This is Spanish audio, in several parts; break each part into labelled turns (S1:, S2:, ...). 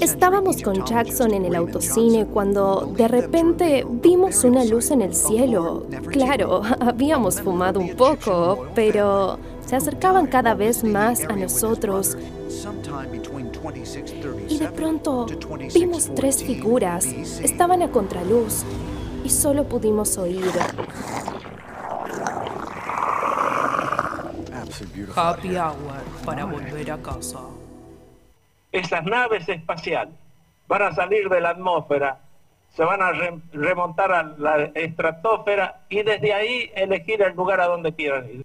S1: Estábamos con Jackson en el autocine cuando de repente vimos una luz en el cielo. Claro, habíamos fumado un poco, pero se acercaban cada vez más a nosotros. Y de pronto vimos tres figuras. Estaban a contraluz y solo pudimos oír.
S2: Happy hour para volver a casa.
S3: Esas naves espaciales van a salir de la atmósfera, se van a re- remontar a la estratosfera y desde ahí elegir el lugar a donde quieran ir.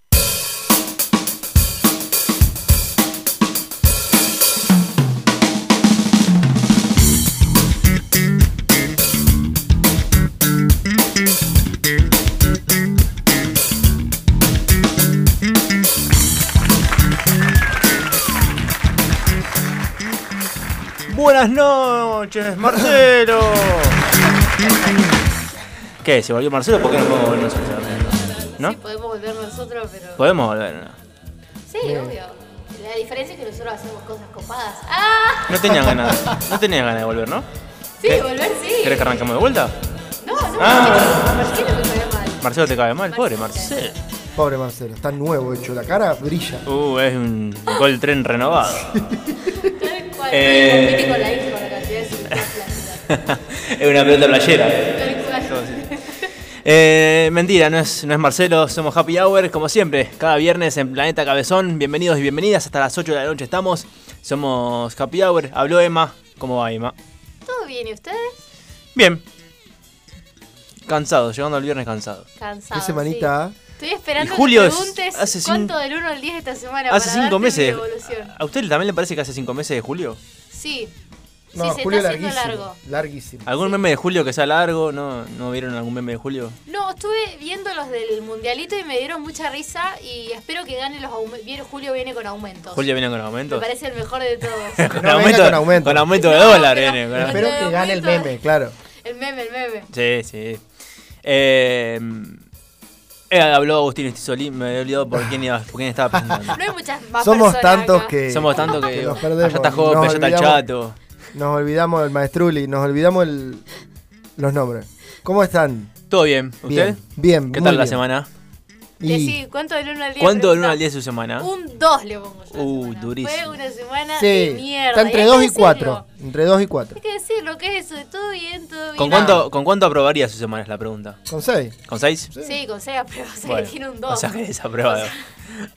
S4: Buenas noches, Marcelo. ¿Qué? ¿Se volvió Marcelo? ¿Por qué no podemos volver nosotros? ¿No?
S5: Sí, podemos volver nosotros, pero.
S4: Podemos volver, no.
S5: Sí, obvio. La diferencia es que nosotros hacemos cosas copadas. ¡Ah!
S4: No tenía ganas, no tenía ganas de volver, ¿no?
S5: Sí,
S4: ¿Qué?
S5: volver sí.
S4: ¿Querés que arranquemos de vuelta?
S5: No, no,
S4: Ah.
S5: ¿por qué no me cae mal?
S4: Marcelo te cae mal, pobre Marcelo.
S6: Pobre Marcelo, está nuevo hecho, la cara brilla.
S4: Uh, es un gol tren renovado.
S5: Tal cual.
S4: Eh.
S5: me compite con la hija con la cantidad de cirugías plásticas.
S4: es una pelota playera.
S5: Tal cual.
S4: Eh, mentira, no es, no es Marcelo, somos Happy Hour, como siempre, cada viernes en Planeta Cabezón. Bienvenidos y bienvenidas, hasta las 8 de la noche estamos. Somos Happy Hour, habló Emma. ¿Cómo va Emma?
S5: ¿Todo bien? ¿Y ustedes?
S4: Bien. Cansado, llegando al viernes cansado.
S5: Cansado.
S6: Qué semanita.
S5: sí. Estoy esperando
S4: Y Julio
S5: que
S4: es-
S5: preguntes
S4: hace cin-
S5: cuánto del 1 al 10 de esta semana
S4: Hace
S5: para
S4: cinco
S5: darte mi
S4: meses.
S5: devolución.
S4: ¿A usted también le parece que hace cinco meses de julio?
S5: Sí.
S6: No,
S5: sí,
S6: Julio
S5: se está haciendo
S6: larguísimo.
S5: largo.
S6: Larguísimo.
S4: ¿Algún meme de julio que sea largo? ¿No, ¿No vieron algún meme de julio?
S5: No, estuve viendo los del mundialito y me dieron mucha risa y espero que gane los aumentos. Julio viene con aumentos.
S4: ¿Julio viene con
S5: me
S4: aumentos?
S5: parece el mejor de todos.
S4: Con,
S6: venga
S4: aumento,
S6: con aumento.
S4: con aumento de
S5: No,
S4: dólar
S5: que no.
S4: viene. con aumento.
S6: Espero que gane el meme, claro.
S5: el meme, el meme.
S4: Sí, sí. Eh, eh, habló Agustín Estisolín, me había olvidado por quién, iba, por quién estaba
S5: No
S4: pensando.
S5: hay muchas más
S6: Somos
S5: personas
S6: tantos
S5: acá.
S6: que
S4: Somos tanto que,
S6: Que nos
S4: allá
S6: perdemos,
S4: está Jope,
S6: nos
S4: allá está el
S6: olvidamos.
S4: chato.
S6: nos olvidamos del maestruli, nos olvidamos el- los nombres. ¿Cómo están?
S4: Todo bien, ¿usted?
S6: Bien, bien.
S4: ¿Qué
S6: muy
S4: tal la
S6: bien.
S4: semana?
S6: Y
S5: Decí, ¿cuánto del 1 al 10?
S4: ¿Cuánto del 1 al 10 su semana?
S5: Un 2 le pongo yo. a la
S4: Uh,
S5: semana.
S4: durísimo.
S5: Fue una semana de mierda. este
S6: sí, está
S5: y hay
S6: entre
S5: que
S6: 2 y
S5: decirlo.
S6: 4. Entre 2 y 4.
S5: Hay que decir lo que es eso, de todo bien, todo bien.
S4: ¿Con cuánto, ¿Con cuánto aprobaría su semana es la pregunta?
S6: Con 6.
S4: ¿Con 6?
S5: Sí, con Sega, pero o sea
S4: Bueno,
S5: que tiene un 2.
S4: O sea que desaprobado.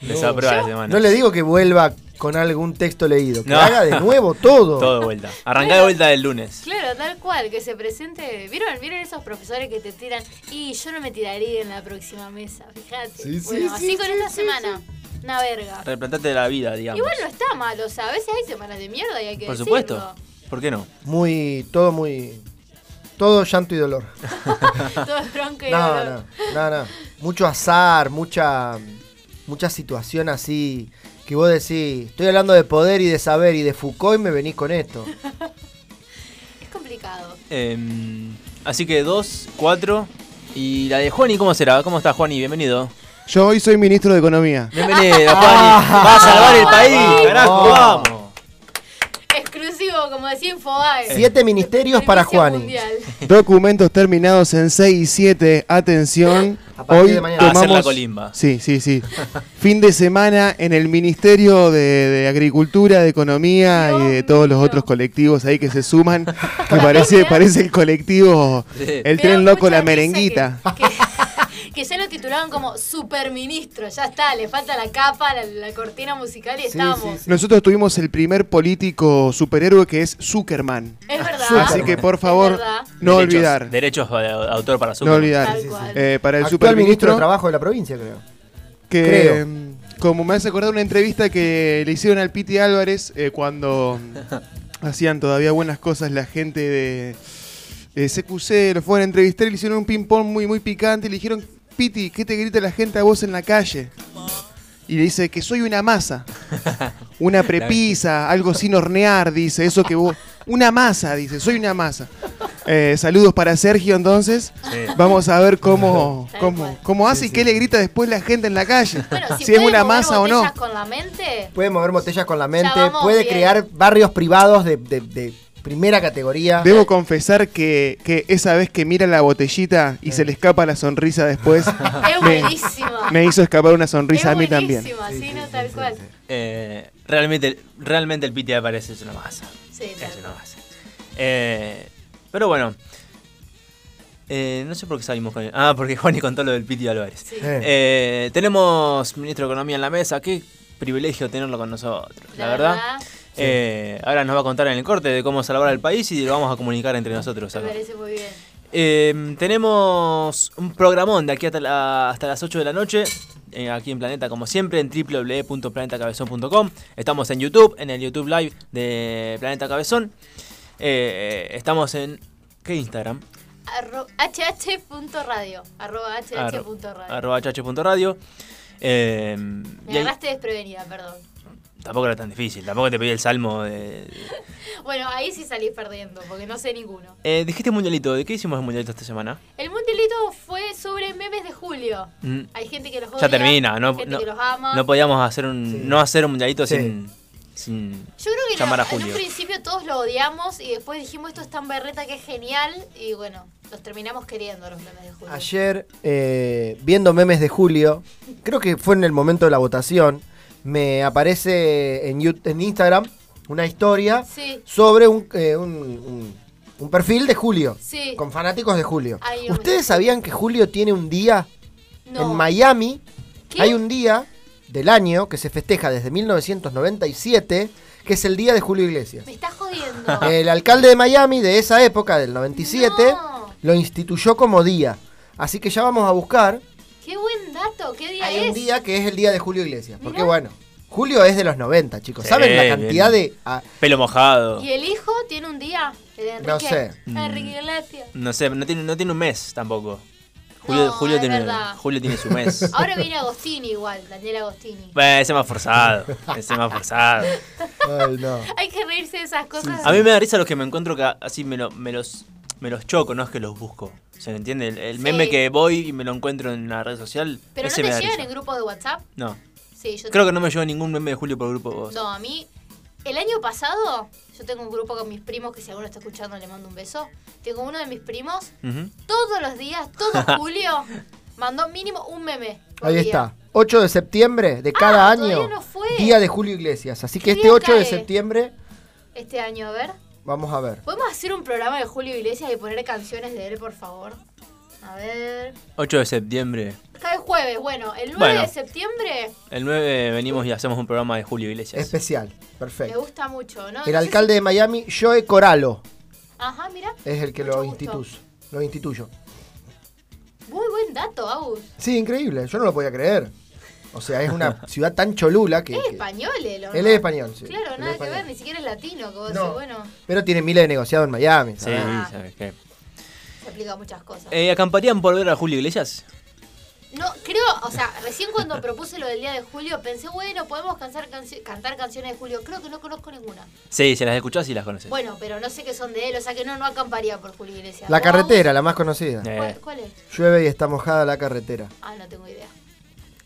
S4: Desaprueba la semana.
S6: No le digo que vuelva con algún texto leído. Que
S4: No.
S6: haga de nuevo todo.
S4: Todo de vuelta. Arrancá de vuelta del lunes.
S5: Claro, tal cual, que se presente. ¿Vieron, ¿Vieron esos profesores que te tiran? Y yo no me tiraría en la próxima mesa, fíjate.
S6: Sí, sí,
S5: bueno,
S6: sí,
S5: así con esta semana. Una verga.
S4: Replantate la vida, digamos.
S5: Igual no está mal, o sea, a veces hay semanas de mierda y hay que
S4: Por
S5: decirlo.
S4: supuesto. ¿Por qué no?
S6: Muy, todo muy... Todo llanto y dolor.
S5: Todo es bronca y
S6: No,
S5: dolor.
S6: no, no, no. Mucho azar, mucha, mucha situación así que vos decís, estoy hablando de poder y de saber y de Foucault y me venís con esto.
S5: Eh. Es complicado.
S4: Em, así que 2, 4. Y la de Juani, ¿cómo será? ¿Cómo está Juani? Bienvenido.
S7: Yo hoy soy ministro de Economía.
S4: Bienvenido, Juani. Va a salvar el país. Carajo, vamos.
S5: Exclusivo, como decía Infobae.
S6: Siete ministerios para
S5: Televisión
S6: Juani.
S5: mundial.
S7: Documentos terminados en 6 y 7. Atención.
S6: A partir de mañana.
S4: A hacer la colimba.
S7: Sí, sí, sí. fin de semana en el Ministerio de, de Agricultura, de Economía y de
S5: Dios
S7: todos los
S5: mío.
S7: otros colectivos ahí que se suman. Que parece, parece el colectivo,
S4: Sí.
S7: el
S5: Me
S7: tren
S5: da
S7: loco,
S5: mucha
S7: la
S5: risa
S7: merenguita.
S5: Que, que- que ya lo titulaban como superministro, ya está, le falta la capa, la, la cortina musical y estamos.
S7: Nosotros tuvimos el primer político superhéroe que es Zuckerman.
S5: Es verdad.
S7: Así que por favor,
S5: verdad.
S7: no
S4: Derechos-
S7: olvidar.
S4: Derechos de autor para su.
S7: No olvidar.
S5: Tal cual.
S7: Eh, para
S6: Actual
S7: el
S6: ministro de
S7: superministro,
S6: Trabajo de la provincia, creo.
S7: que
S6: Creo.
S7: mm, como me hace acordar una entrevista que le hicieron al Piti Álvarez eh, cuando mm, hacían todavía buenas cosas la gente de, de CQC, lo fueron a entrevistar y le hicieron un ping pong muy muy picante y le dijeron, Piti, ¿qué te grita la gente a vos en la calle? Y le dice que soy una masa, una prepisa, algo sin hornear, dice, eso que vos... Una masa, dice, soy una masa. Eh, saludos para Sergio entonces. Vamos a ver cómo,
S5: Tal
S7: cómo,
S5: cual.
S7: cómo hace y qué le grita después la gente en la calle.
S5: Bueno, si,
S7: si es
S5: puede
S7: una
S5: mover
S7: masa o no.
S5: botellas con la mente,
S6: Puede mover botellas con la mente,
S5: vamos
S6: puede
S5: bien.
S6: crear barrios privados de, de- de primera
S5: Ah.
S6: categoría.
S7: Debo confesar que, que esa vez que mira la botellita y se le escapa la sonrisa después,
S5: Es
S7: Ah, me,
S5: buenísima.
S7: me hizo escapar una sonrisa
S5: es
S7: a mí también.
S5: buenísima, sí, no, tal cual.
S4: Eh, realmente, realmente el Piti aparece es una masa.
S5: Sí, tal
S4: Es
S5: cual.
S4: una masa. Eh, pero bueno. Eh, no sé por qué salimos con él. Ah, porque Juani contó lo del Piti Álvarez.
S5: Sí.
S6: Eh.
S4: Eh, tenemos ministro de Economía en la mesa. Qué privilegio tenerlo con nosotros, la, verdad. Eh, ahora nos va a contar en el corte de cómo salvar al país y lo vamos a comunicar entre nosotros.
S5: Me
S4: acá.
S5: parece muy bien.
S4: Eh, tenemos un programón de aquí hasta, la- hasta las 8 de la noche. eh, aquí en Planeta, como siempre, en www.planetacabezón.com. Estamos en YouTube, en el YouTube Live de Planeta Cabezón. Eh, estamos en. ¿Qué Instagram?
S5: Arro- hh.radio. Arroba hh.radio.
S4: Arroba chache.radio. Eh,
S5: Me
S4: y ahí-
S5: agarraste desprevenida, perdón.
S4: tampoco era tan difícil, tampoco te pedí el salmo. De...
S5: Bueno, ahí sí salí perdiendo, porque no sé ninguno.
S4: Eh, dijiste mundialito, ¿de qué hicimos el mundialito esta semana?
S5: El mundialito fue sobre memes de julio.
S4: Mm.
S5: Hay gente que los odia.
S4: Ya termina, no,
S5: gente
S4: no,
S5: que los ama.
S4: no podíamos hacer un,
S6: Sí.
S4: no hacer un mundialito
S6: Sí.
S4: sin, sin
S5: Yo creo que
S4: llamar
S5: la-
S4: a Julio.
S5: en un principio todos lo odiamos y después dijimos esto es tan berreta que es genial y bueno, los terminamos queriendo los memes de julio.
S6: Ayer, eh, viendo memes de Julio, creo que fue en el momento de la votación, me aparece en, Yout- en Instagram una historia
S5: Sí,
S6: sobre un, eh, un- un- un perfil de Julio,
S5: sí.
S6: con fanáticos de Julio.
S5: Ay, no me-
S6: ¿Ustedes sabían que Julio tiene un día
S5: No.
S6: en Miami?
S5: ¿Qué?
S6: Hay un día del año que se festeja desde 1997, que es el día de Julio Iglesias.
S5: Me está jodiendo.
S6: El alcalde de Miami de esa época, del 97,
S5: No.
S6: lo instituyó como día. Así que ya vamos a buscar.
S5: Qué buen dato, qué día
S6: Hay
S5: es.
S6: un día que es el día de Julio Iglesias. Porque
S5: Mirá.
S6: bueno, Julio es de los 90, chicos.
S4: Sí,
S6: ¿Saben la cantidad
S4: bien.
S6: de... ah,
S4: pelo mojado.
S5: ¿Y el hijo tiene un día? El de Enrique. Ah,
S6: No sé.
S5: Enrique
S4: Mm.
S5: Iglesias.
S4: No sé, no tiene, no tiene un mes tampoco. Julio,
S5: No,
S4: Julio
S5: es
S4: tiene,
S5: verdad.
S4: Julio tiene su mes.
S5: Ahora viene Agostini igual, Daniel Agostini.
S4: Eh, ese más forzado, ese más forzado.
S6: ay, no.
S5: Hay que reírse de esas cosas.
S4: A mí me da risa los que me encuentro que así me, lo- me los, me los choco, no es que los busco. ¿Se entiende? El, el
S5: Sí.
S4: meme que voy y me lo encuentro en la red social,
S5: Pero no
S4: ese
S5: te
S4: me da
S5: llegan
S4: risa.
S5: en grupo de WhatsApp.
S4: No,
S5: Sí, yo
S4: creo que no me llegó ningún meme de Julio por grupo. vos.
S5: No, a mí. El año pasado, yo tengo un grupo con mis primos, que si alguno está escuchando le mando un beso. Tengo uno de mis primos,
S4: Ujú.
S5: todos los días, todo julio, mandó mínimo un meme. por
S6: Ahí
S5: día.
S6: está. 8 de septiembre de cada
S5: Ah, todavía
S6: año.
S5: no fue.
S6: Día de Julio Iglesias. Así que
S5: ¿Qué
S6: este
S5: día
S6: 8 de
S5: cae?
S6: septiembre
S5: Este año, a ver.
S6: vamos a ver.
S5: ¿Podemos hacer un programa de Julio Iglesias y poner canciones de él, por favor? A ver.
S4: 8 de septiembre.
S5: Cada jueves, bueno, el 9
S4: Bueno.
S5: de septiembre
S4: El 9 venimos y hacemos un programa de Julio Iglesias.
S6: Especial.
S5: me
S6: Perfecto.
S5: gusta mucho, ¿no?
S6: El
S5: No sé
S6: alcalde de Miami, Joe Coralo,
S5: si- Ajá, mira.
S6: es el que
S5: Mucho
S6: lo
S5: gusto.
S6: instituyó. Lo instituyó.
S5: Muy buen dato, Agus.
S6: Sí, increíble. Yo no lo podía creer. O sea, es una ciudad tan cholula que...
S5: Es
S6: que-
S5: español, él, ¿o
S6: Él
S5: no?
S6: es español, sí. Él
S5: Claro,
S6: es
S5: nada que
S6: español.
S5: ver, ni siquiera es latino, que vos
S6: No.
S5: decís, bueno,
S6: Pero tiene miles de negociados en Miami.
S4: Sí,
S6: ¿sabes?
S5: Ah.
S4: ¿sabes qué?
S5: se aplica a muchas cosas.
S4: Eh, ¿Acamparían por ver a Julio Iglesias?
S5: No, creo, o sea, recién cuando propuse lo del día de julio, pensé, bueno, podemos cantar, canci- cantar canciones de julio. Creo que no conozco ninguna.
S4: Sí, si las escuchás y las conoces.
S5: Bueno, pero no sé qué son de él, o sea que no, no acamparía por Julio Iglesias.
S6: La
S5: ¿Vos,
S6: carretera, la más conocida.
S5: Agus?
S4: Eh,
S5: ¿Cuál, cuál es?
S6: Llueve y está mojada la carretera.
S5: Ah, no tengo idea.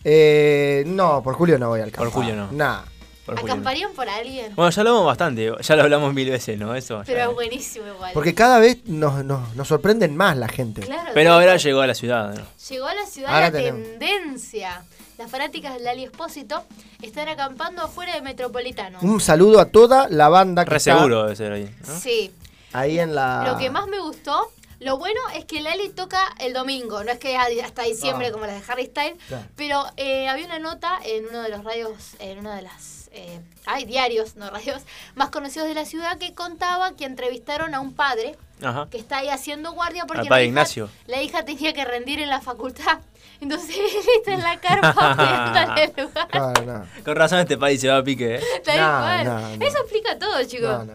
S6: Eh, no, por Julio no voy al campo.
S4: Julio no.
S6: Nah.
S4: por Julio.
S5: ¿Acamparían por alguien?
S4: Bueno, ya lo hablamos bastante, ya lo hablamos mil veces, ¿no? Eso. ya.
S5: Pero es buenísimo igual.
S6: Porque cada vez nos, nos- nos sorprenden más la gente.
S5: Claro,
S4: Pero
S5: sí.
S4: ahora llegó a la ciudad, ¿no?
S5: Llegó a la ciudad
S6: Ahora
S5: la
S6: tenemos.
S5: tendencia. Las fanáticas de Lali Espósito están acampando afuera de Metropolitano.
S6: Un saludo a toda la banda que
S4: Re seguro debe ser ahí. ¿no?
S5: Sí.
S6: está ahí en la...
S5: Lo que más me gustó, lo bueno es que Lali toca el domingo, no es que hasta diciembre
S6: Ah.
S5: como las de Harry Styles,
S6: Claro.
S5: pero eh, había una nota en uno de los radios, en uno de las, eh, ay, diarios, no radios, más conocidos de la ciudad que contaba que entrevistaron a un padre
S4: Ajá.
S5: que está ahí haciendo guardia porque
S4: Al padre
S5: la hija-
S4: Ignacio.
S5: la hija tenía que rendir en la facultad. Entonces él está en la carpa cuidando el lugar.
S6: No, no,
S4: Con razón este país se va a pique, ¿eh?
S5: Tal
S6: No,
S5: cual.
S6: no, no.
S5: Eso explica todo, chicos.
S6: no, no.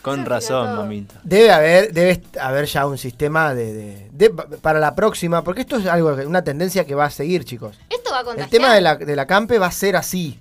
S4: Con
S5: Eso
S4: razón,
S5: explica todo.
S4: mamita.
S6: Debe haber, debe haber ya un sistema de, de- de- para la próxima, porque esto es algo, que- una tendencia que va a seguir, chicos.
S5: Esto va a
S6: El
S5: contagiar.
S6: tema de la, de la campe va a ser así.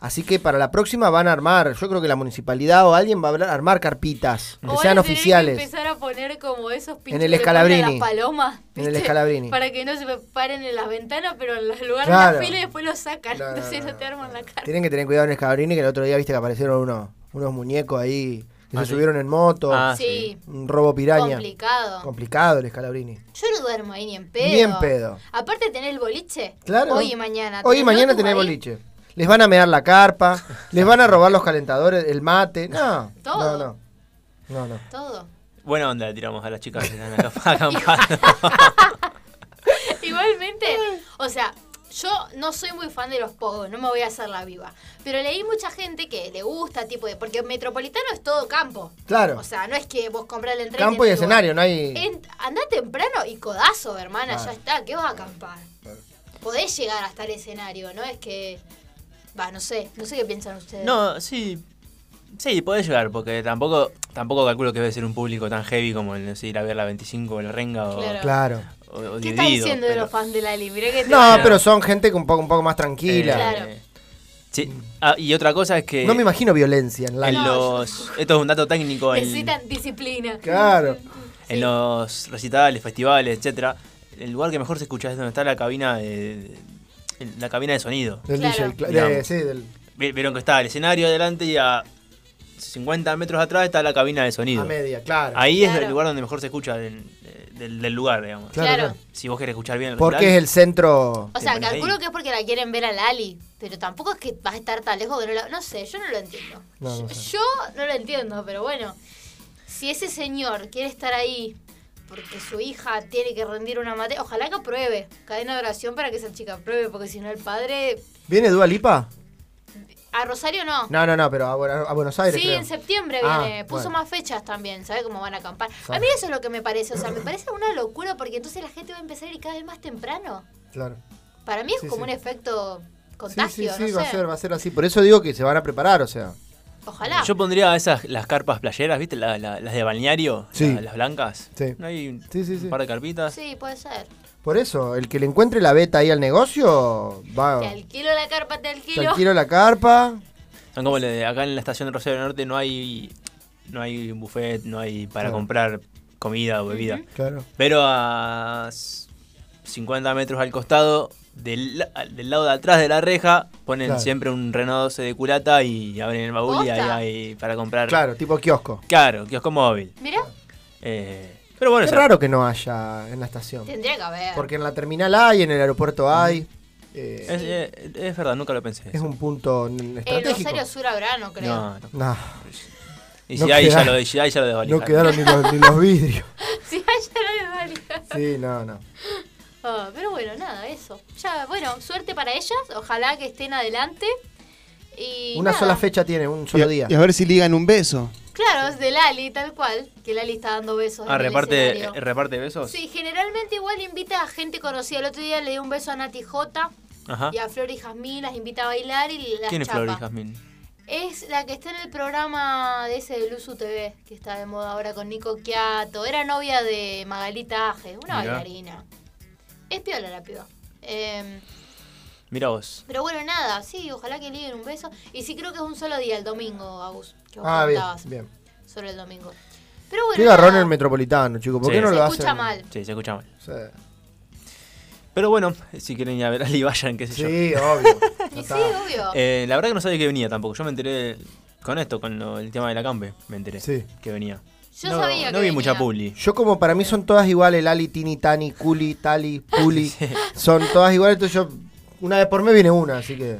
S6: Así que para la próxima van a armar, yo creo que la municipalidad o alguien va a hablar- armar carpitas,
S5: O
S6: que
S5: van a
S6: sean
S5: tener que
S6: oficiales.
S5: empezar a poner como esos pinchos
S6: el
S5: que
S6: Scalabrini.
S5: ponen a las palomas.
S6: En el
S5: ¿viste?
S6: Scalabrini.
S5: Para que no se me paren en las ventanas, pero en los lugares
S6: Claro.
S5: de la fila y después lo sacan.
S6: No, no,
S5: Entonces
S6: no,
S5: no,
S6: no,
S5: te arman la cara.
S6: Tienen que tener cuidado en el Scalabrini, que el otro día viste que aparecieron unos, unos muñecos ahí que
S4: Ah,
S6: se
S4: sí.
S6: subieron en moto.
S4: Ah,
S5: sí,
S6: Un robo piraña.
S5: complicado.
S6: Complicado el Scalabrini.
S5: Yo no duermo ahí ni en pedo.
S6: Ni en pedo.
S5: Aparte tener el boliche.
S6: Claro.
S5: Hoy y mañana.
S6: Hoy y
S5: ¿Tenés ¿eh?
S6: mañana
S5: Lotus
S6: tenés
S5: ahí?
S6: boliche. Les van a mear la carpa, les van a robar los calentadores, el mate. No,
S5: Todo.
S6: no, no. No, no.
S5: Todo.
S4: Buena onda le tiramos a las chicas que están acá acampando.
S5: Igualmente, o sea, yo no soy muy fan de los pogos, no me voy a hacer la viva. Pero leí mucha gente que le gusta, tipo de. Porque metropolitano es todo campo.
S6: Claro.
S5: O sea, no es que vos comprás el tren.
S6: Campo y
S5: tenés lugar.
S6: escenario, no hay.
S5: En- andá temprano y codazo, hermana, ya está. ¿Qué vas a acampar? Podés llegar hasta el escenario, ¿no? Es que. Va, no sé, no sé qué piensan ustedes.
S4: No, sí. Sí, puede llegar, porque tampoco tampoco calculo que debe ser un público tan heavy como el, no sé, ir a ver la 25 o el Renga o,
S5: Claro.
S6: Claro.
S4: o- o Dividido,
S5: ¿Qué están diciendo de
S4: pero-
S5: los fans de Lali? Mirá que te-
S6: No, pero son gente que un poco, un poco más
S4: Eh,
S6: tranquila.
S5: Claro.
S4: sí. Ah, y otra cosa es que
S6: No me imagino violencia en la
S4: en los esto es un dato técnico en,
S5: necesitan disciplina.
S6: Claro.
S4: en los recitales, festivales, etcétera. El lugar que mejor se escucha es donde está la cabina de el- la cabina de sonido.
S6: Del
S5: Claro.
S6: DJ. cla-
S4: Digamos.
S6: de- sí, del-
S4: Vi- Vieron que está el escenario adelante y a 50 metros atrás está la cabina de sonido.
S6: a media, claro.
S4: Ahí es
S5: Claro.
S4: el lugar donde mejor se escucha del, del- del lugar, digamos.
S6: Claro,
S5: Claro.
S6: claro.
S4: Si vos querés escuchar bien el
S6: Porque es
S4: recital,
S6: el centro.
S5: O
S4: Te
S5: sea,
S4: pones ahí.
S5: calculo que es porque la quieren ver a Lali, pero tampoco es que vas a estar tan lejos que no la... No sé, yo no lo entiendo.
S6: No,
S5: yo,
S6: no sé.
S5: yo no lo entiendo, pero bueno. Si ese señor quiere estar ahí porque su hija tiene que rendir una materia, ojalá que apruebe. Cadena de oración para que esa chica apruebe, porque si no el padre...
S6: ¿Viene Dua Lipa?
S5: A Rosario no.
S6: No, no, no, pero a, Bu- a Buenos Aires.
S5: Sí,
S6: creo.
S5: en septiembre
S6: Ah,
S5: viene. Puso
S6: bueno.
S5: más fechas también, ¿sabe cómo van a acampar? A
S6: Sabe.
S5: mí eso es lo que me parece, o sea, me parece una locura porque entonces la gente va a empezar a ir cada vez más temprano.
S6: Claro.
S5: Para mí es
S6: Sí,
S5: como
S6: sí.
S5: un efecto
S6: Sí, sí,
S5: contagio,
S6: sí,
S5: no
S6: va,
S5: sé.
S6: a ser, va a ser así. Por eso digo que se van a preparar, o sea.
S5: Ojalá.
S4: Yo pondría esas las carpas playeras, ¿viste? La- la- las de balneario,
S6: Sí.
S4: la- las blancas.
S6: Sí.
S4: ¿No hay un,
S6: Sí, sí, sí.
S4: un par de carpitas?
S5: Sí, puede ser.
S6: Por eso, el que le encuentre la beta ahí al negocio, va.
S5: Te alquilo la carpa, te alquilo.
S6: Tranquilo la carpa.
S4: Son como le de- acá en la estación de Rosario del Norte no hay no hay un buffet, no hay para
S6: Claro.
S4: comprar comida o bebida.
S6: Claro.
S4: Pero a s- 50 metros al costado, del, la- del lado de atrás de la reja, ponen
S6: Claro.
S4: siempre un Renault 12 de culata y abren el baúl y
S5: ¿Posta?
S4: ahí hay para comprar.
S6: Claro, tipo kiosco.
S4: Claro, kiosco móvil.
S5: Mira,
S4: Eh, pero bueno,
S6: Es
S4: o sea,
S6: raro que no haya en la estación.
S5: tendría que haber.
S6: Porque en la terminal hay, en el aeropuerto hay. eh,
S4: Es, es- es verdad, nunca lo pensé.
S6: es
S4: eso.
S6: un punto n-
S5: el
S6: estratégico.
S5: Eh, Rosario Sur habrá, no creo.
S4: No, no.
S6: No,
S4: Y
S6: No
S4: si hay,
S6: queda-
S4: ya lo, y si hay, ya lo
S6: no
S4: desvalijaron.
S6: quedaron ni los, ni los vidrios.
S5: Si allá no hay varias.
S6: Sí, no, no.
S5: Ah, pero bueno, nada, eso. Ya, bueno, suerte para ellas. Ojalá que estén adelante. Y
S6: Una
S5: nada.
S6: sola fecha tiene, un
S7: Y
S6: solo
S7: a,
S6: día.
S7: y a ver si ligan un beso.
S5: Claro, es de Lali, tal cual. Que Lali está dando besos.
S4: Ah,
S5: en el
S4: reparte,
S5: escenario.
S4: reparte besos.
S5: Sí, generalmente igual invita a gente conocida. El otro día le di un beso a Nati J
S4: Ajá.
S5: y a Flor y Jazmín, las invita a bailar y las
S4: Ah. ¿Quién es
S5: chapa.
S4: Flor y Jazmín?
S5: Es la que está en el programa de ese de Luzu TV, que está de moda ahora con Nico Quiato. Era novia de Magalita Aje, una
S4: Mirá.
S5: bailarina. Es piola la piba. Em,
S4: Mira vos.
S5: pero bueno, nada, sí, ojalá que liguen un beso. Y sí creo que es un solo día, el domingo, Agus, que vos
S6: Ah, bien,
S5: contabas.
S6: bien.
S5: Solo el domingo. Pero bueno,
S6: Qué garrón
S5: nada,
S6: el metropolitano, chicos. ¿Por
S4: Sí.
S6: qué no
S4: Se
S6: lo
S5: se
S6: hacen?
S5: escucha mal.
S4: Sí, se escucha mal.
S6: O sea,
S4: Pero bueno, si quieren ir a ver a Ali, vayan, qué sé yo.
S6: sí, obvio. Ya
S5: Y sí,
S6: está.
S5: obvio.
S4: Eh, la verdad que no sabía que venía tampoco. Yo me enteré con esto, con lo- el tema del acampe. Me enteré
S6: Sí.
S4: que venía.
S5: Yo
S4: no,
S5: sabía
S4: No vi
S5: que venía.
S4: mucha publi.
S6: Yo como para mí son todas iguales, Lali, Tini, Tani, Culi, Tali, Puli. Son todas iguales, entonces yo una vez por mes viene una, así que...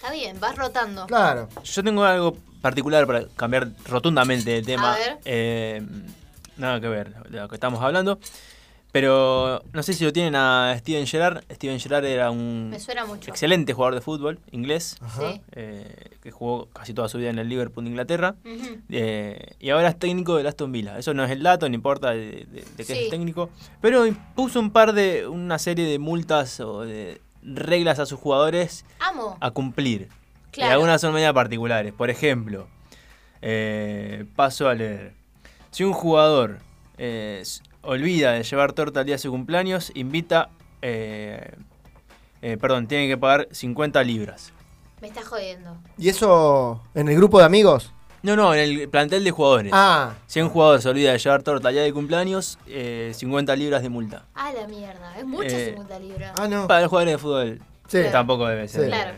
S5: Está bien, vas rotando.
S6: Claro.
S4: Yo tengo algo particular para cambiar rotundamente el tema.
S5: A ver.
S4: Eh, nada que ver de lo que estamos hablando. Pero no sé si lo tienen a Steven Gerrard. Steven Gerrard era un
S5: Me suena mucho.
S4: excelente jugador de fútbol inglés.
S5: Sí.
S4: eh, que jugó casi toda su vida en el Liverpool de Inglaterra.
S5: Ujú.
S4: Eh, y ahora es técnico del Aston Villa. Eso no es el dato, no importa de, de- de qué es
S5: Sí.
S4: el técnico. Pero impuso un par de. una serie de multas o de reglas a sus jugadores
S5: Amo.
S4: a cumplir.
S5: Claro.
S4: Ah, Y algunas son medidas particulares. Por ejemplo, eh, paso a leer. Si un jugador eh, s- olvida de llevar torta al día de su cumpleaños, invita. eh, eh, perdón, tiene que pagar 50 libras.
S5: Me está jodiendo.
S6: ¿Y eso en el grupo de amigos?
S4: No, no, en el plantel de jugadores.
S6: Ah,
S4: Si un jugador se olvida de llevar torta al día de cumpleaños, eh, 50 libras de multa.
S5: A la mierda. Es mucho
S4: Eh,
S5: 50 libras.
S6: ah no.
S4: Para los jugadores de fútbol
S6: Sí.
S4: tampoco debe ser.
S6: Sí.
S5: Claro.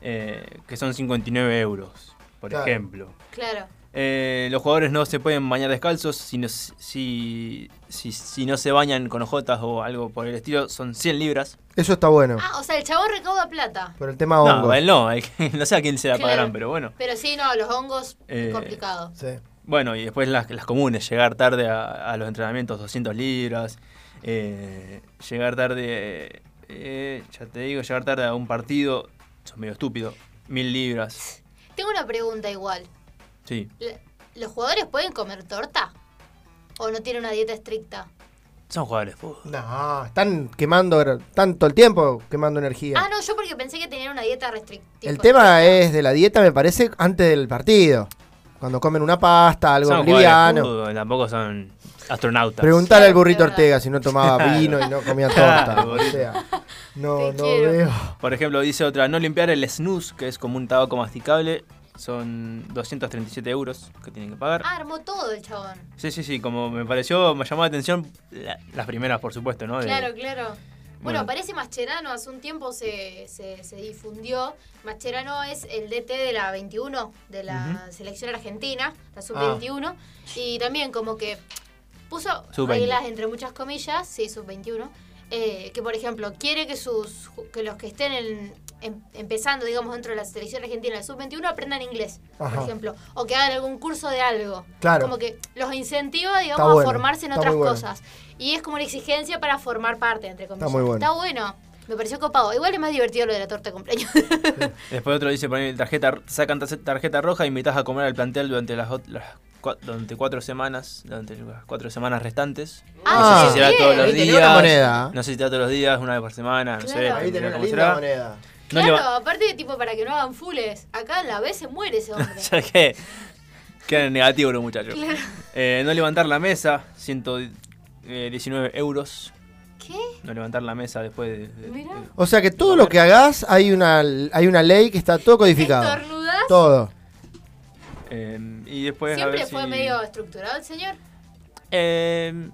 S4: Eh, que son 59 euros, por
S6: Claro.
S4: ejemplo.
S5: Claro.
S4: Eh, los jugadores no se pueden bañar descalzos. Si no, si, si, si no se bañan con ojotas o algo por el estilo, son 100 libras.
S6: Eso está bueno.
S5: Ah, o sea, el chabón recauda plata.
S6: Por el tema hongo.
S4: No, él no. el que- no sé a quién se la
S5: Claro.
S4: pagarán, pero bueno.
S5: Pero sí, no, los hongos,
S4: Eh,
S5: complicado.
S6: Sí.
S4: Bueno, y después las, las comunes, llegar tarde a, a los entrenamientos, 200 libras, eh, llegar tarde, eh, ya te digo, llegar tarde a un partido, son medio estúpido, 1000 libras,
S5: Tengo una pregunta igual.
S4: sí.
S5: La- ¿Los jugadores pueden comer torta? ¿O no tienen una dieta estricta?
S4: Son jugadores de fútbol.
S6: No, están quemando er, tanto el tiempo, quemando energía.
S5: Ah, no, yo porque pensé que tenían una dieta restrictiva.
S6: el tema es de la dieta, me parece, antes del partido. Cuando comen una pasta, algo
S4: Son jugadores de
S6: liviano.
S4: fútbol, tampoco son astronautas.
S6: Preguntale
S5: Sí,
S6: al burrito
S5: es verdad.
S6: Ortega si no tomaba vino y no comía torta.
S4: Claro,
S6: o sea, no,
S5: Te
S6: no
S5: quiero.
S6: veo.
S4: Por ejemplo, dice otra, no limpiar el snus, que es como un tabaco masticable, son 237 euros que tienen que pagar.
S5: Ah, armó todo el chabón.
S4: Sí, sí, sí, como me pareció, me llamó la atención la- las primeras, por supuesto, ¿no? De-
S5: Claro, claro.
S4: Bueno.
S5: Bueno, parece Mascherano, hace un tiempo se, se, se difundió. Mascherano es el DT de la 21, de la selección argentina,
S6: Ah.
S5: la sub-21. Y también como que puso
S4: Sub-20.
S5: reglas entre muchas comillas, sí, sub-21, eh, que por ejemplo quiere que, sus, ju- que los que estén en- em- empezando, digamos, dentro de la selección argentina, la sub-21, aprendan inglés, por
S6: Ajá.
S5: ejemplo, o que hagan algún curso de algo.
S6: Claro.
S5: Como que los incentiva, digamos,
S6: Está
S5: a
S6: bueno,
S5: formarse en
S6: está
S5: otras
S6: muy bueno.
S5: cosas cosas. Y es como una exigencia para formar parte, entre comillas.
S6: muy bueno.
S5: bueno. Me pareció copado. Igual es más divertido lo de la torta de cumpleaños.
S4: Después otro dice, poner tarjeta, sacan tarce- tarjeta roja, e invitas a comer al plantel durante las, ot- las cua- durante cuatro semanas, durante las cuatro semanas restantes. no
S6: Ah,
S4: sé si será
S5: bien.
S4: todos los
S6: Ahí
S4: días.
S6: tenés una moneda. ¿eh?
S4: No sé si será todos los días, una vez por semana, no sé.
S5: Claro. Ahí
S4: dependerá
S6: tenés
S4: cómo será.
S6: moneda.
S4: No le
S5: claro,
S4: va-
S5: aparte, tipo, para que no hagan fules. Acá en la B se muere ese hombre.
S4: O sea que quedan negativos los muchachos.
S5: Claro.
S4: Eh, no levantar la mesa, 119 euros.
S5: ¿Qué?
S4: No levantar la mesa después de... de-
S5: Mira.
S4: de-
S6: O sea que todo lo que hagas, hay una, hay una ley que está todo codificado.
S5: ¿Estornudas?
S6: Todo.
S4: eh, y después... a
S5: Siempre
S4: ver
S5: fue
S4: si-
S5: medio estructurado el señor.
S4: Eh,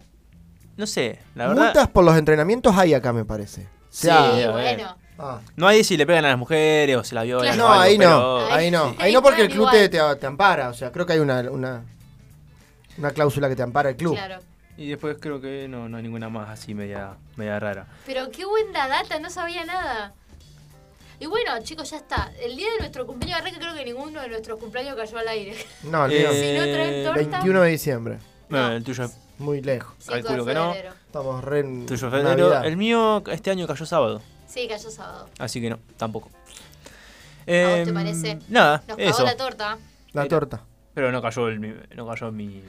S4: no sé, la verdad...
S6: Multas por los entrenamientos hay acá, me parece. O sea,
S5: sí,
S4: a ver.
S5: bueno.
S6: ah.
S4: No hay si le pegan a las mujeres o se las violan.
S5: Claro.
S4: o
S6: No,
S4: algo,
S6: ahí no,
S4: eh, pero-
S6: ahí no.
S5: sí.
S6: Ahí no porque el
S5: Ahí
S6: club te,
S5: están
S6: te, te ampara. O sea, creo que hay una, una, una cláusula que te ampara el club.
S5: Claro.
S4: Y después creo que no, no hay ninguna más así media, media rara.
S5: Pero qué buena data, no sabía nada. Y bueno, chicos, ya está. El día de nuestro cumpleaños, arranca creo que ninguno de nuestros cumpleaños cayó al aire.
S6: No, el mío,
S4: Eh,
S5: si no traen torta.
S6: 21 de diciembre.
S4: Bueno,
S5: No.
S4: el tuyo es
S6: Muy lejos.
S5: Cinco de
S4: calculo que no.
S5: febrero.
S6: Estamos re en
S4: tuyo es febrero.
S6: Navidad.
S4: El mío este año cayó sábado,
S5: Sí, cayó sábado.
S4: así que no, tampoco.
S5: ¿A vos
S4: Em,
S5: te parece?
S4: Nada,
S5: Nos cagó
S4: eso.
S5: la torta.
S6: La torta.
S4: Pero no cayó, el, mi- no cayó mi, mi-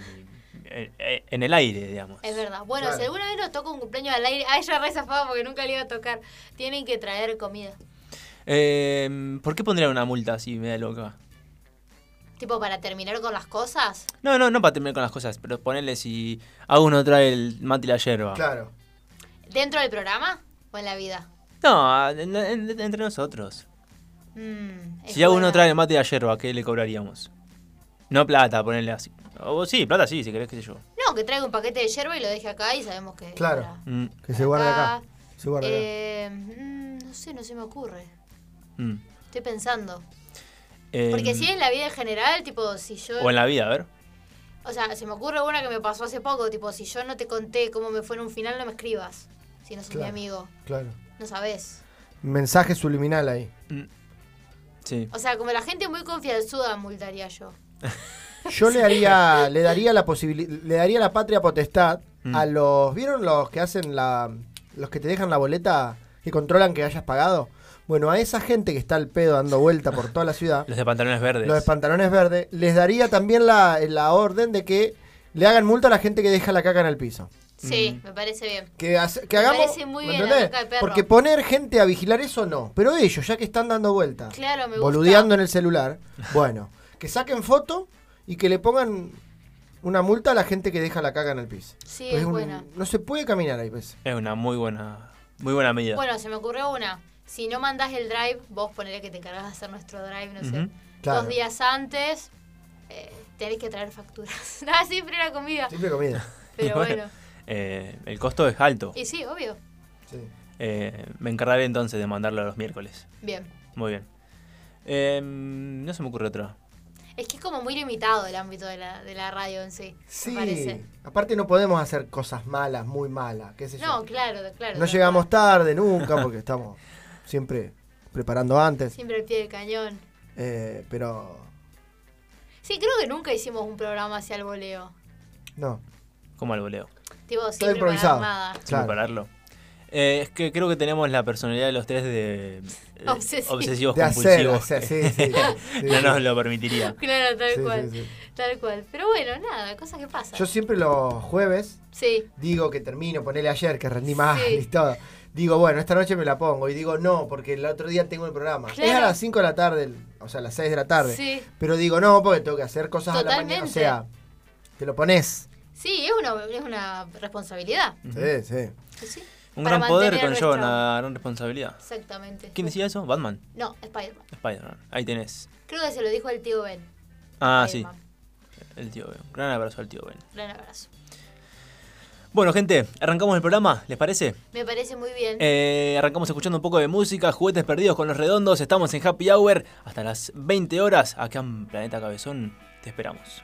S4: eh, eh, en el aire, digamos.
S5: Es verdad. Bueno,
S6: Claro.
S5: si alguna vez nos toca un cumpleaños al aire, a ella re zafaba porque nunca le iba a tocar. Tienen que traer comida.
S4: Em, ¿Por qué pondrían una multa así media loca?
S5: Tipo, para terminar con las cosas.
S4: No, no, no para terminar con las cosas, pero ponerle si a uno trae el mate y la yerba.
S6: Claro.
S5: ¿Dentro del programa o en la vida?
S4: No, en- en- entre nosotros.
S5: Mm, es
S4: Si alguno
S5: buena.
S4: trae el mate de la yerba, ¿qué le cobraríamos? No plata, ponerle así. O sí, plata sí, si querés, qué sé yo.
S5: No, que traiga un paquete de yerba y lo deje acá y sabemos que...
S6: Claro.
S5: para-
S4: Mm,
S6: Que se guarde
S5: Acá.
S6: acá. Se guarde acá.
S5: Eh, mm, no sé, no se me ocurre.
S4: mm.
S5: Estoy pensando.
S4: Em,
S5: Porque si es la vida en general, tipo, si yo...
S4: O en la vida, a ver.
S5: O sea, se me ocurre una que me pasó hace poco, tipo, si yo no te conté cómo me fue en un final, no me escribas. Si no sos mi
S6: Claro.
S5: amigo,
S6: Claro.
S5: no sabes.
S6: Mensaje subliminal ahí.
S4: Sí.
S5: O sea, como la gente muy confianzuda multaría yo.
S6: Yo le haría, le daría la posibilidad, le daría la patria potestad
S4: Mm.
S6: a los, ¿vieron los que hacen la, los que te dejan la boleta que controlan que hayas pagado? Bueno, a esa gente que está al pedo dando vuelta por toda la ciudad,
S4: Los de pantalones verdes.
S6: los de pantalones verdes, les daría también la, la orden de que le hagan multa a la gente que deja la caca en el piso.
S5: Sí,
S6: Mm.
S5: me parece bien.
S6: Que, hace- que
S5: Me
S6: hagamos.
S5: parece muy
S6: ¿me
S5: bien la
S6: entendés?
S5: boca de perro.
S6: Porque poner gente a vigilar eso no. Pero ellos, ya que están dando vueltas,
S5: Claro, me gusta.
S6: boludeando en el celular, bueno, que saquen foto y que le pongan una multa a la gente que deja la caga en el piso.
S5: Sí,
S6: Pues
S5: es
S6: un-
S5: buena.
S6: No se puede caminar ahí, pues. veces.
S4: Es una muy buena, muy buena medida.
S5: Bueno, se me ocurrió una. Si no mandás el drive, vos ponele que te encargas de hacer nuestro drive, no sé.
S4: Ujú,
S6: claro.
S5: Dos días antes, eh, tenés que traer facturas. Nada, siempre era comida.
S6: Simple comida.
S5: Pero bueno.
S4: Eh, el costo es alto.
S5: Y sí, obvio.
S6: Sí.
S4: Eh, me encargaré entonces de mandarlo a los miércoles.
S5: Bien.
S4: Muy bien. Em, no se me ocurre otra.
S5: Es que es como muy limitado el ámbito de la, de la radio en sí. me
S6: Sí.
S5: parece.
S6: Aparte no podemos hacer cosas malas, muy malas, qué sé yo.
S5: No, claro, claro.
S6: No
S5: tal
S6: llegamos
S5: cual.
S6: tarde nunca porque estamos siempre preparando antes.
S5: Siempre al pie del cañón.
S6: Eh, pero
S5: Sí, creo que nunca hicimos un programa hacia el voleo.
S6: no,
S4: Como al voleo.
S5: Tipo,
S6: todo
S5: siempre para la
S6: improvisado.
S5: armada.
S4: Sin
S6: Claro.
S4: prepararlo. Eh, es que creo que tenemos la personalidad de los tres de eh,
S5: Obsesivo.
S4: obsesivos
S6: De hacer,
S4: compulsivos.
S6: hacer, sí, sí. sí,
S4: no
S6: sí.
S4: nos lo permitiría.
S5: Claro, tal
S6: Sí, sí,
S5: cual.
S6: sí.
S5: Tal cual. Pero bueno, nada, cosas que pasan.
S6: Yo siempre los jueves
S5: Sí.
S6: digo que termino, ponele ayer que rendí más
S5: Sí.
S6: y todo. Digo, bueno, esta noche me la pongo. Y digo, no, porque el otro día tengo el programa. Es a
S5: Claro.
S6: las 5 de la tarde, el- o sea, a las 6 de la tarde.
S5: Sí.
S6: Pero digo, no, porque tengo que hacer cosas a la mañana. O
S5: Totalmente.
S6: sea, te lo pones.
S5: Sí, es una, es una responsabilidad.
S6: Sí, sí.
S5: Sí, sí.
S4: Un
S5: Para
S4: gran poder
S5: mantener
S4: conlleva
S5: nuestra-
S4: una gran responsabilidad.
S5: Exactamente.
S4: ¿Quién decía eso? Batman.
S5: No, Spider-Man.
S4: Spider-Man. Ahí tenés.
S5: Creo que se lo dijo el tío Ben.
S4: Ah, sí.
S5: Spider-Man.
S4: El tío Ben. Gran abrazo al tío Ben.
S5: Gran abrazo.
S4: Bueno, gente, arrancamos el programa, ¿les parece?
S5: Me parece muy bien.
S4: Eh, arrancamos escuchando un poco de música, juguetes perdidos con los redondos. Estamos en Happy Hour hasta las 20 horas. Acá en Planeta Cabezón te esperamos.